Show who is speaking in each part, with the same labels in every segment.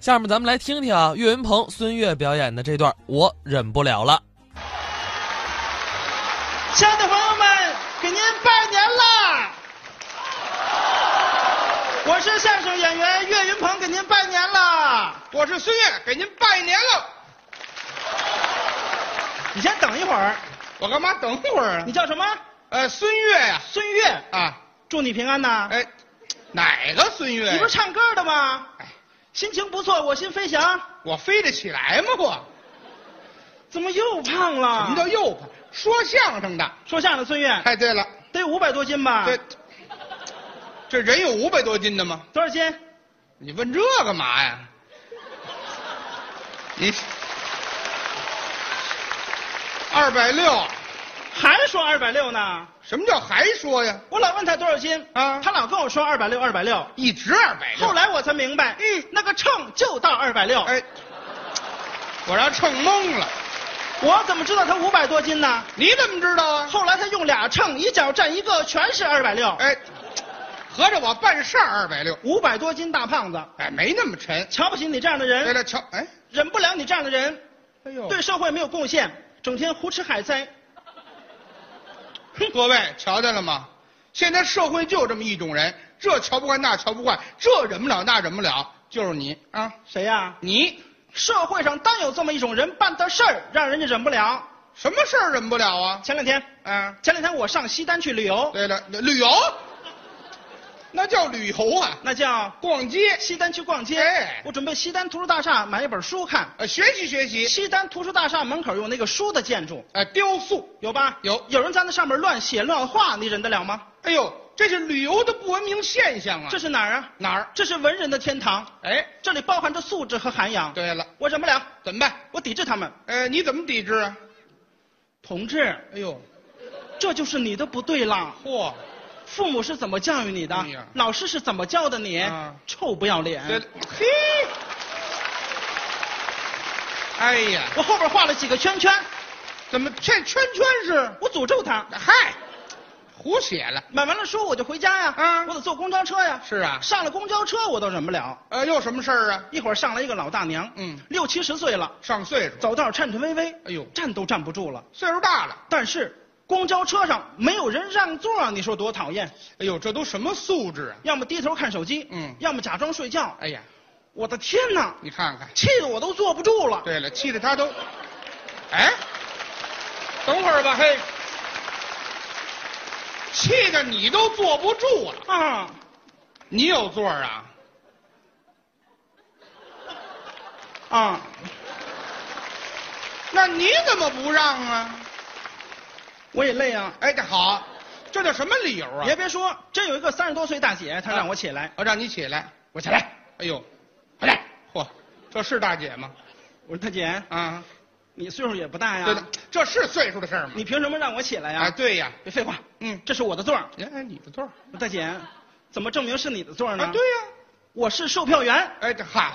Speaker 1: 下面咱们来听听啊，岳云鹏、孙越表演的这段《我忍不了了
Speaker 2: 亲爱的朋友们，给您拜年啦！我是相声演员岳云鹏，给您拜年啦！
Speaker 3: 啊我是孙越，给您拜年了。
Speaker 2: 你先等一会儿，
Speaker 3: 我干嘛等会儿啊
Speaker 2: 你？叫什么？
Speaker 3: 呃，孙越呀、
Speaker 2: 孙越，
Speaker 3: 啊，
Speaker 2: 祝你平安呐！
Speaker 3: 哎，哪个孙越呀？
Speaker 2: 你不是唱歌的吗？
Speaker 3: 哎
Speaker 2: 心情不错，我心飞翔。
Speaker 3: 我飞得起来吗？我
Speaker 2: 怎么又胖
Speaker 3: 什
Speaker 2: 了？
Speaker 3: 么叫又胖？说相声的。
Speaker 2: 说相声的孙越，
Speaker 3: 哎，对了，
Speaker 2: 得有五百多斤吧？
Speaker 3: 这这人有五百多斤的吗？
Speaker 2: 多少斤？
Speaker 3: 你问这干嘛呀？你二百六，
Speaker 2: 还说二百六呢？
Speaker 3: 什么叫还说呀？
Speaker 2: 我老问他多少斤
Speaker 3: 啊
Speaker 2: 他老跟我说二百六，二百六。
Speaker 3: 一直二百六。
Speaker 2: 后来我才明白，
Speaker 3: 嗯
Speaker 2: 那个秤就到二百六。
Speaker 3: 哎，我让秤懵了。
Speaker 2: 我怎么知道他五百多斤呢？
Speaker 3: 你怎么知道啊？
Speaker 2: 后来他用俩秤，一脚站一个，全是二百六。
Speaker 3: 哎，合着我办事儿二百六，
Speaker 2: 五百多斤大胖子，
Speaker 3: 哎，没那么沉。
Speaker 2: 瞧不起你这样的
Speaker 3: 对
Speaker 2: 人，
Speaker 3: 了，瞧，哎，
Speaker 2: 忍不了你这样的人，
Speaker 3: 哎呦
Speaker 2: 对社会没有贡献，整天胡吃海塞。
Speaker 3: 各位瞧见了吗？现在社会就这么一种人，这瞧不惯，那瞧不惯，这忍不了，那忍不了，就是你啊，
Speaker 2: 谁呀、
Speaker 3: 你
Speaker 2: 社会上单有这么一种人，办的事儿让人家忍不了。
Speaker 3: 什么事儿忍不了啊？
Speaker 2: 前两天，
Speaker 3: 啊，
Speaker 2: 前两天我上西单去旅游，
Speaker 3: 对了，旅游，那叫旅游啊，
Speaker 2: 那叫
Speaker 3: 逛街，
Speaker 2: 西单去逛街。
Speaker 3: 哎
Speaker 2: 我准备西单图书大厦买一本书看。
Speaker 3: 呃，学习学习，
Speaker 2: 西单图书大厦门口有那个书的建筑，
Speaker 3: 呃，雕塑，
Speaker 2: 有吧？
Speaker 3: 有
Speaker 2: 有人在那上面乱写乱画，你忍得了吗？
Speaker 3: 哎呦，这是旅游的不文明现象啊！
Speaker 2: 这
Speaker 3: 是
Speaker 2: 是哪儿啊？
Speaker 3: 哪儿？
Speaker 2: 这是文人的天堂，
Speaker 3: 哎，
Speaker 2: 这里包含着素质和涵养。
Speaker 3: 对了，
Speaker 2: 我忍不了，
Speaker 3: 怎么办？
Speaker 2: 我抵制他们。
Speaker 3: 呃，你怎么抵制啊？
Speaker 2: 同志，
Speaker 3: 哎呦，
Speaker 2: 这就是你的不对了。
Speaker 3: 嚯，
Speaker 2: 父母是怎么教育你的
Speaker 3: 哎呀？
Speaker 2: 老师是怎么教的你
Speaker 3: 啊？
Speaker 2: 臭不要
Speaker 3: 这
Speaker 2: 脸！
Speaker 3: 嘿，哎呀，
Speaker 2: 我后边画了几个圈圈，
Speaker 3: 怎么这圈圈是？
Speaker 2: 我诅咒他。
Speaker 3: 嗨，胡写了。
Speaker 2: 买完了书我就回家呀，
Speaker 3: 啊
Speaker 2: 我得坐公交车呀。
Speaker 3: 是啊，
Speaker 2: 上了公交车我都忍不了。
Speaker 3: 呃，又什么事儿啊？
Speaker 2: 一会儿上来一个老大娘，
Speaker 3: 嗯
Speaker 2: 六七十岁了，
Speaker 3: 上岁数，
Speaker 2: 走道颤颤巍巍，
Speaker 3: 哎呦，
Speaker 2: 站都站不住了。
Speaker 3: 岁数大了。
Speaker 2: 但是公交车上没有人让座啊，你说多讨厌？
Speaker 3: 哎呦，这都什么素质啊？
Speaker 2: 要么低头看手机，
Speaker 3: 嗯
Speaker 2: 要么假装睡觉。
Speaker 3: 哎呀，
Speaker 2: 我的天哪，
Speaker 3: 你看看。
Speaker 2: 气得我都坐不住了。
Speaker 3: 对了，气得他都，哎，等会儿吧，嘿，气得你都坐不住啊！
Speaker 2: 啊，
Speaker 3: 你有座儿啊？
Speaker 2: 啊，
Speaker 3: 那你怎么不让啊？
Speaker 2: 我也累啊。
Speaker 3: 哎，这好，这叫什么理由啊？
Speaker 2: 也别说，真有一个三十多岁大姐，她让我起来，
Speaker 3: 我让你起来，我起来。哎呦，快点！嚯，这是大姐吗？
Speaker 2: 我说大姐，
Speaker 3: 啊，
Speaker 2: 你岁数也不大
Speaker 3: 对的
Speaker 2: 呀，，
Speaker 3: 这是岁数的事儿吗？
Speaker 2: 你凭什么让我起来
Speaker 3: 啊，
Speaker 2: 呀？
Speaker 3: 对呀，
Speaker 2: 别废话，
Speaker 3: 嗯，
Speaker 2: 这是我的座儿。
Speaker 3: 哎，哎你的座儿
Speaker 2: 我说大姐，怎么证明是你的座儿呢？
Speaker 3: 啊，对呀，
Speaker 2: 我是售票员。
Speaker 3: 哎，这哈，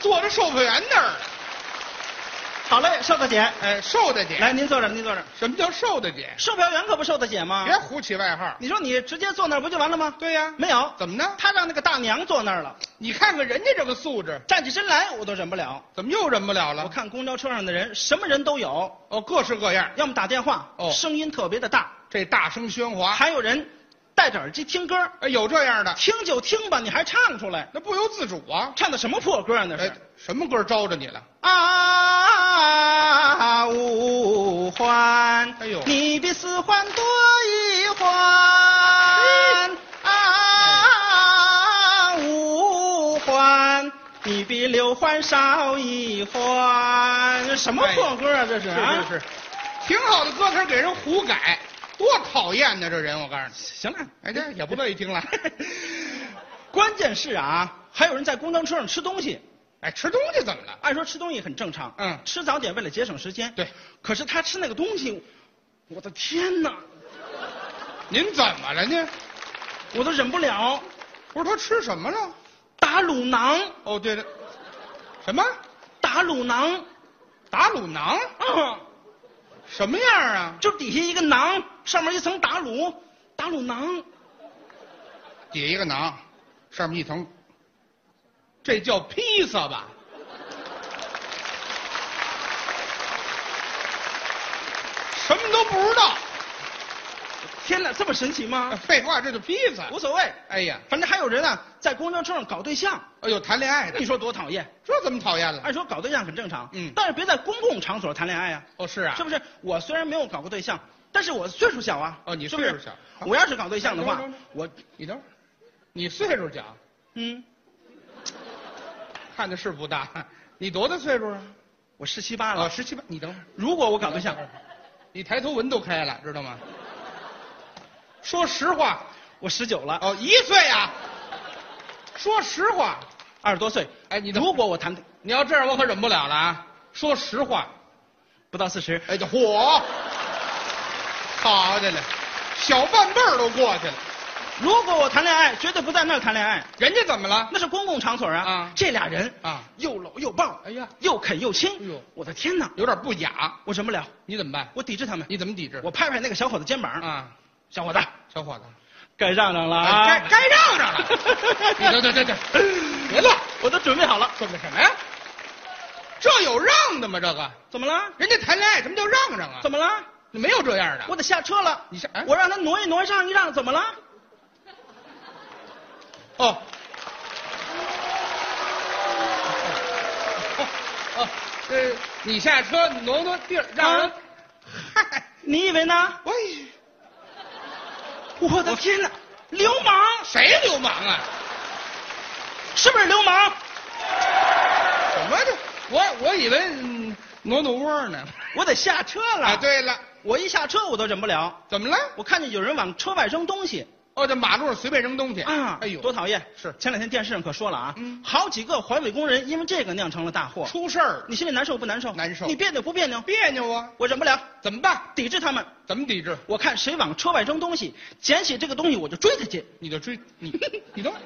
Speaker 3: 坐着售票员那儿了。
Speaker 2: 好嘞，瘦大姐，
Speaker 3: 哎，瘦大姐，
Speaker 2: 来，您坐这儿，您坐这儿。
Speaker 3: 什么叫瘦大姐？
Speaker 2: 售票员可不瘦大姐吗？
Speaker 3: 别胡起外号。
Speaker 2: 你说你直接坐那儿不就完了吗？
Speaker 3: 对呀，
Speaker 2: 没有，
Speaker 3: 怎么呢？
Speaker 2: 啊他让那个大娘坐那儿了，
Speaker 3: 你看看人家这个素质，
Speaker 2: 站起身来我都忍不了。
Speaker 3: 怎么又忍不了
Speaker 2: 我
Speaker 3: 了？
Speaker 2: 看公交车上的人，什么人都有，
Speaker 3: 哦，各式各样，
Speaker 2: 要么打电话，
Speaker 3: 哦啊
Speaker 2: 声音特别的大，
Speaker 3: 这大声喧哗，
Speaker 2: 还有人戴着耳机听歌，
Speaker 3: 哎，有这样的，
Speaker 2: 听就听吧，你还唱出来，
Speaker 3: 那不由自主啊。
Speaker 2: 唱的什么破歌啊那
Speaker 3: 哎
Speaker 2: 是？，
Speaker 3: 什么歌招着你了？
Speaker 2: 啊，五环，
Speaker 3: 哎呦
Speaker 2: 你比四环多一环，
Speaker 3: 哎
Speaker 2: 啊，五环，你比六环少一环，这什么破歌啊？这是啊，
Speaker 3: 哎是是，挺好的歌词给人胡改，多讨厌呢！这人，我告诉你，
Speaker 2: 行了，
Speaker 3: 哎，这也不乐意听了。
Speaker 2: 关键是啊，还有人在公交车上吃东西。
Speaker 3: 哎，吃东西怎么了？
Speaker 2: 按说吃东西很正常，
Speaker 3: 嗯
Speaker 2: 吃早点为了节省时间，
Speaker 3: 对。
Speaker 2: 可是他吃那个东西，我的天哪，
Speaker 3: 您怎么了呢？
Speaker 2: 我都忍不了。
Speaker 3: 不是他吃什么了？
Speaker 2: 打卤囊，
Speaker 3: 哦，对了，什么
Speaker 2: 打卤囊，
Speaker 3: 打卤囊？
Speaker 2: 嗯，
Speaker 3: 什么样啊？
Speaker 2: 就底下一个囊，上面一层打卤，打卤囊，
Speaker 3: 底下一个囊，上面一层这叫披萨吧？什么都不知道，
Speaker 2: 天哪，这么神奇吗？
Speaker 3: 废话，这就披萨。
Speaker 2: 呃无所谓，
Speaker 3: 哎呀，
Speaker 2: 反正还有人啊，在公交车上搞对象，
Speaker 3: 哎呦，谈恋爱的
Speaker 2: 你，说多讨厌？
Speaker 3: 这怎么讨厌了？
Speaker 2: 按说搞对象很正常，
Speaker 3: 嗯
Speaker 2: 但是别在公共场所谈恋爱啊，
Speaker 3: 哦，是啊，
Speaker 2: 是不是？我虽然没有搞过对象，但是我岁数小啊。哎
Speaker 3: 哦你
Speaker 2: 是不是
Speaker 3: 岁数小
Speaker 2: 我要是搞对象的话
Speaker 3: 等等等，
Speaker 2: 我
Speaker 3: 你等会儿，你岁数小，
Speaker 2: 嗯，
Speaker 3: 看的是不大， 你多大岁数啊？
Speaker 2: 我十七八
Speaker 3: 啊，
Speaker 2: 了。哎
Speaker 3: 十七八。你等会儿，
Speaker 2: 如果我搞对象，
Speaker 3: 你抬头纹都开了，知道吗？说实话，
Speaker 2: 我十九了，
Speaker 3: 哦，一岁啊。说实话，
Speaker 2: 二十多岁。
Speaker 3: 哎，你等会儿
Speaker 2: 如果我谈
Speaker 3: 你要这样，我可忍不了了啊！说实话，
Speaker 2: 不到四十，
Speaker 3: 哎，这火，好家伙，小半辈儿都过去了，
Speaker 2: 如果我谈恋爱，绝对不在那儿谈恋爱，
Speaker 3: 人家怎么了？
Speaker 2: 那是公共场所啊。
Speaker 3: 啊
Speaker 2: 这俩人
Speaker 3: 啊，
Speaker 2: 又搂又抱，
Speaker 3: 哎呀，
Speaker 2: 又啃又亲。
Speaker 3: 哎呦
Speaker 2: 我的天哪，
Speaker 3: 有点不雅，
Speaker 2: 我忍不了，
Speaker 3: 你怎么办？
Speaker 2: 我抵制他们。
Speaker 3: 你怎么抵制？
Speaker 2: 我拍拍那个小伙子肩膀，
Speaker 3: 啊，
Speaker 2: 小伙子，
Speaker 3: 小伙子，
Speaker 2: 该让让了啊。
Speaker 3: 哎该该让让 了。你等等等等， 别乱，
Speaker 2: 我都准备好了。
Speaker 3: 准备什么呀？这有让的吗？这个
Speaker 2: 怎么了？
Speaker 3: 人家谈恋爱什么叫让让啊？
Speaker 2: 怎么了？
Speaker 3: 没有这样的。
Speaker 2: 我得下车了。
Speaker 3: 你下哎
Speaker 2: 我让他挪一挪，让一让，怎么了？
Speaker 3: 哦。哦，呃，你下车挪挪地儿，让人
Speaker 2: 啊。
Speaker 3: 嗨，哎
Speaker 2: 你以为呢？
Speaker 3: 喂，
Speaker 2: 我的天哪！流氓
Speaker 3: 谁流氓啊？
Speaker 2: 是不是流氓？
Speaker 3: 什么这？我我以为嗯挪挪窝 呢。
Speaker 2: 我得下车了。
Speaker 3: 啊，，对了，
Speaker 2: 我一下车我都忍不了，
Speaker 3: 怎么了？
Speaker 2: 我看见有人往车外扔东西
Speaker 3: 哦，这马路上随便扔东西
Speaker 2: 啊，
Speaker 3: 哎呦，
Speaker 2: 多讨厌！
Speaker 3: 是
Speaker 2: 前两天电视上可说了啊，
Speaker 3: 嗯
Speaker 2: 好几个环卫工人因为这个酿成了大祸。
Speaker 3: 出事儿了，
Speaker 2: 你心里难受不难受？
Speaker 3: 难受
Speaker 2: 你别扭不别扭？
Speaker 3: 别扭啊！
Speaker 2: 我忍不了，
Speaker 3: 怎么办？
Speaker 2: 抵制他们。
Speaker 3: 怎么抵制？
Speaker 2: 我看谁往车外扔东西，捡起这个东西我就追他去。
Speaker 3: 你就追 你，你等会儿，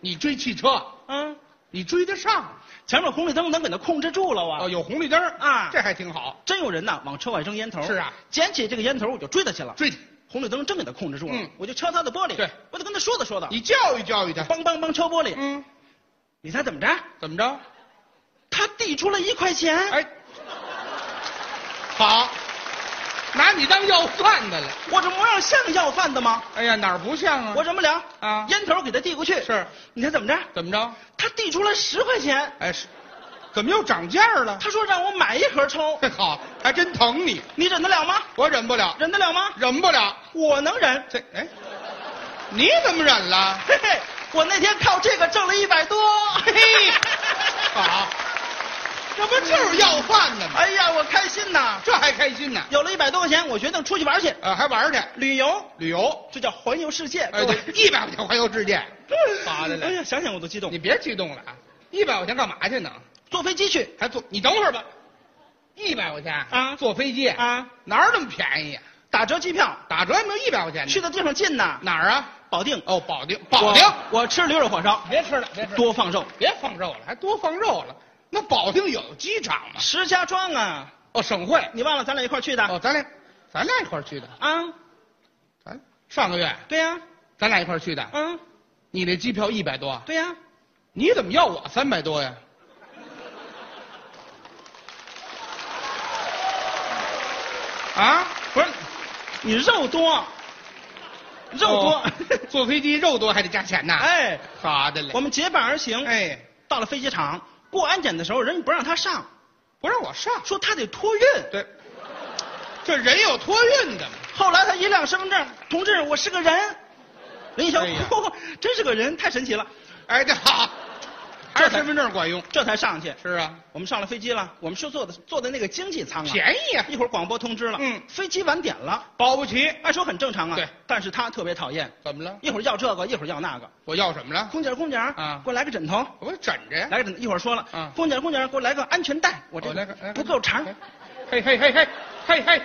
Speaker 3: 你追汽车，
Speaker 2: 嗯，
Speaker 3: 你追得上
Speaker 2: 前面红绿灯能给他控制住了啊。
Speaker 3: 哦，有红绿灯儿
Speaker 2: 啊
Speaker 3: 这还挺好，
Speaker 2: 真有人呐往车外扔烟头。
Speaker 3: 是啊，
Speaker 2: 捡起这个烟头我就追他去了。
Speaker 3: 追去，
Speaker 2: 红绿灯真给他控制住了，
Speaker 3: 嗯
Speaker 2: 我就敲他的玻璃。
Speaker 3: 对，
Speaker 2: 我得跟他说道说道。
Speaker 3: 你教育教育他。
Speaker 2: 梆梆梆敲玻璃，
Speaker 3: 嗯，
Speaker 2: 你猜怎么着？
Speaker 3: 怎么着？
Speaker 2: 他递出了一块钱。
Speaker 3: 哎，好，拿你当要饭的了。
Speaker 2: 我这模样像要饭的吗？
Speaker 3: 哎呀，哪儿不像啊？
Speaker 2: 我忍不了
Speaker 3: 啊
Speaker 2: 烟头给他递过去。
Speaker 3: 是，
Speaker 2: 你猜怎么着？
Speaker 3: 怎么着？
Speaker 2: 他递出了十块钱，
Speaker 3: 哎，是，怎么又涨价了？
Speaker 2: 他说让我买一盒抽，
Speaker 3: 好，还真疼你，
Speaker 2: 你忍得了吗？
Speaker 3: 我忍不了，
Speaker 2: 忍得了吗？
Speaker 3: 忍不了。
Speaker 2: 我能忍。
Speaker 3: 这哎，你怎么忍了？
Speaker 2: 嘿嘿，我那天靠这个挣了一百多。嘿
Speaker 3: 嘿
Speaker 2: 嘿，
Speaker 3: 好，嗯这不就是要饭的吗？
Speaker 2: 哎呀，我开心呐！
Speaker 3: 这还开心呢？
Speaker 2: 有了一百多块钱，我决定出去玩去，
Speaker 3: 呃，还玩儿去
Speaker 2: 旅游，
Speaker 3: 旅游？
Speaker 2: 这叫环游世界。
Speaker 3: 哎，
Speaker 2: 各
Speaker 3: 对
Speaker 2: 位，
Speaker 3: 一百块钱环游世界，好的
Speaker 2: 哎
Speaker 3: 嘞。
Speaker 2: 呀，想想我都激动
Speaker 3: 你。别激动了啊！一百块钱干嘛去呢？
Speaker 2: 坐飞机去
Speaker 3: 还坐？你等会儿吧。一百块钱
Speaker 2: 啊
Speaker 3: 坐飞机
Speaker 2: 啊，
Speaker 3: 哪儿那么便宜啊？
Speaker 2: 打折机票，
Speaker 3: 打折也没有一百块钱呢。
Speaker 2: 去的地方近呐，
Speaker 3: 哪儿啊？
Speaker 2: 保定。
Speaker 3: 哦，保定，保定。
Speaker 2: 我我吃驴肉火烧，
Speaker 3: 别吃了，别吃了，
Speaker 2: 多放肉。
Speaker 3: 别放肉了，还多放肉了。那保定有机场吗？
Speaker 2: 石家庄啊，
Speaker 3: 哦，省会。
Speaker 2: 你忘了咱俩一块儿去的、
Speaker 3: 哦，咱俩，咱俩一块儿去的。
Speaker 2: 啊？
Speaker 3: 咱上个月
Speaker 2: 对呀、
Speaker 3: 咱俩一块儿去的。
Speaker 2: 嗯，
Speaker 3: 你那机票一百多，
Speaker 2: 对呀、
Speaker 3: 你怎么要我三百多呀？啊，
Speaker 2: 不是，你肉多，肉多。
Speaker 3: 哦 坐飞机肉多还得加钱呐。，
Speaker 2: 哎，
Speaker 3: 好的嘞
Speaker 2: 我。们结伴而行。
Speaker 3: 哎，
Speaker 2: 到了飞机场过安检的时候，人家不让他上，
Speaker 3: 不让
Speaker 2: 啊
Speaker 3: 我上。
Speaker 2: 说他得托运。
Speaker 3: 对，这人有托运的嘛。
Speaker 2: 后来他一亮身份证，同志，我是个人。人一瞧，
Speaker 3: 哎呀
Speaker 2: 嚯， 真是个人，太神奇了，
Speaker 3: 哎，这好，还是身份证管用。
Speaker 2: 这才上去。
Speaker 3: 是啊，
Speaker 2: 我们上了飞机了，我们是坐的坐的那个经济舱啊。
Speaker 3: 便宜啊，
Speaker 2: 一会儿广播通知了，
Speaker 3: 嗯
Speaker 2: 飞机晚点了。
Speaker 3: 保不齐。
Speaker 2: 按说很正常啊。
Speaker 3: 对。
Speaker 2: 但是他特别讨厌，
Speaker 3: 怎么了？
Speaker 2: 一会儿要这个，一会儿要那个。
Speaker 3: 我要什么了？
Speaker 2: 空姐儿，空姐啊
Speaker 3: 啊
Speaker 2: 给我来个枕头，
Speaker 3: 我枕着呀。
Speaker 2: 来个枕头。一会儿说了，
Speaker 3: 嗯
Speaker 2: 空姐儿，空姐儿，给我来个安全带，我这
Speaker 3: 哦来个来个
Speaker 2: 不够长，
Speaker 3: 嘿嘿嘿嘿嘿嘿，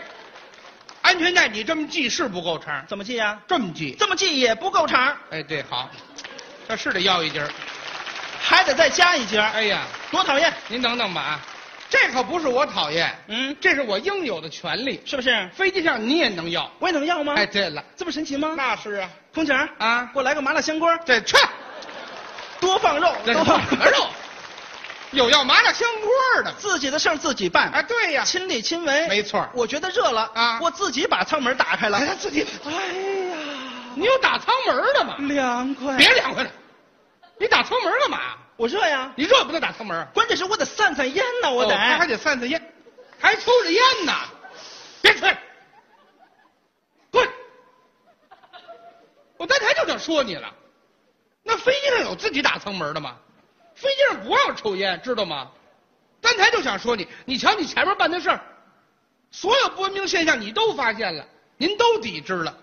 Speaker 3: 安全带你这么系是不够长，
Speaker 2: 怎么系呀、
Speaker 3: 这么系。
Speaker 2: 这么系也不够长，
Speaker 3: 哎，对，好，这是得要一截儿。
Speaker 2: 还得再加一节儿，
Speaker 3: 哎呀，
Speaker 2: 多讨厌！
Speaker 3: 您等等吧啊，这可不是我讨厌，
Speaker 2: 嗯，
Speaker 3: 这是我应有的权利。
Speaker 2: 是不是？
Speaker 3: 飞机上你也能要。
Speaker 2: 我也能要吗？
Speaker 3: 哎，对了，
Speaker 2: 这么神奇吗？
Speaker 3: 那是啊
Speaker 2: 空姐儿，
Speaker 3: 啊
Speaker 2: 给，我来个麻辣香锅，
Speaker 3: 这去，
Speaker 2: 多放肉，
Speaker 3: 这
Speaker 2: 多
Speaker 3: 是
Speaker 2: 放
Speaker 3: 什么肉？有要麻辣香锅的
Speaker 2: 自己的事儿自己办，
Speaker 3: 啊？对呀，
Speaker 2: 亲力亲为。
Speaker 3: 没错儿
Speaker 2: 我觉得热了
Speaker 3: 啊
Speaker 2: 我自己把舱门打开了
Speaker 3: 哎，他自己，
Speaker 2: 哎呀，
Speaker 3: 你有打舱门的吗？
Speaker 2: 凉快。
Speaker 3: 别凉快了，你打舱门干嘛？
Speaker 2: 我热呀，
Speaker 3: 你热不能打舱门，啊
Speaker 2: 关键是我得散散烟呢，我
Speaker 3: 哦
Speaker 2: 得。
Speaker 3: 他还得散散烟，还抽着烟呢，别吹，滚！我刚才就想说你了，那飞机上有自己打舱门的吗？飞机上不让抽烟，知道吗？刚才就想说你，你瞧你前面办的事儿，所有不文明现象你都发现了，您都抵制了，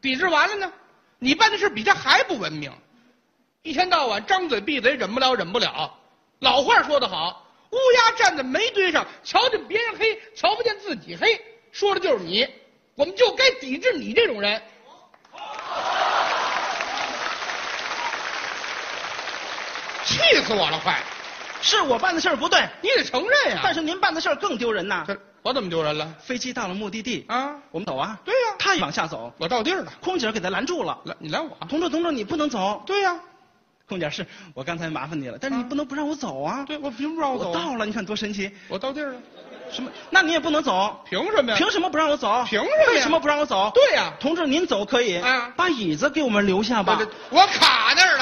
Speaker 3: 抵制完了呢，你办的事比他还不文明，一天到晚张嘴闭嘴，忍不了忍不了。老话说得好，乌鸦站在煤堆上，瞧见别人黑，瞧不见自己黑，说的就是你。我们就该抵制你这种人。气死我了！快，
Speaker 2: 是我办的事儿不对，
Speaker 3: 你得承认呀、
Speaker 2: 但是您办的事儿更丢人呐。
Speaker 3: 啊这我怎么丢人了？
Speaker 2: 飞机到了目的地，
Speaker 3: 啊，
Speaker 2: 我们走啊。
Speaker 3: 对呀
Speaker 2: 他往下走，
Speaker 3: 我到地儿了，
Speaker 2: 空姐给他拦住了。
Speaker 3: 来，你拦我。
Speaker 2: 同志，同志，你不能走。
Speaker 3: 啊对呀、
Speaker 2: 空姐是我刚才麻烦你了，但是
Speaker 3: 啊
Speaker 2: 你不能不让我走啊。
Speaker 3: 对，我凭什么让我走
Speaker 2: 我
Speaker 3: 啊？
Speaker 2: 到了，你看多神奇。
Speaker 3: 我到地儿了，
Speaker 2: 什么？那你也不能走。
Speaker 3: 凭什么呀？
Speaker 2: 凭什么不让我走？
Speaker 3: 啊凭什么呀
Speaker 2: 为什么不让我走？
Speaker 3: 对呀、
Speaker 2: 同志，您走可以，
Speaker 3: 啊
Speaker 2: 把椅子给我们留下吧
Speaker 3: 我。这我卡那儿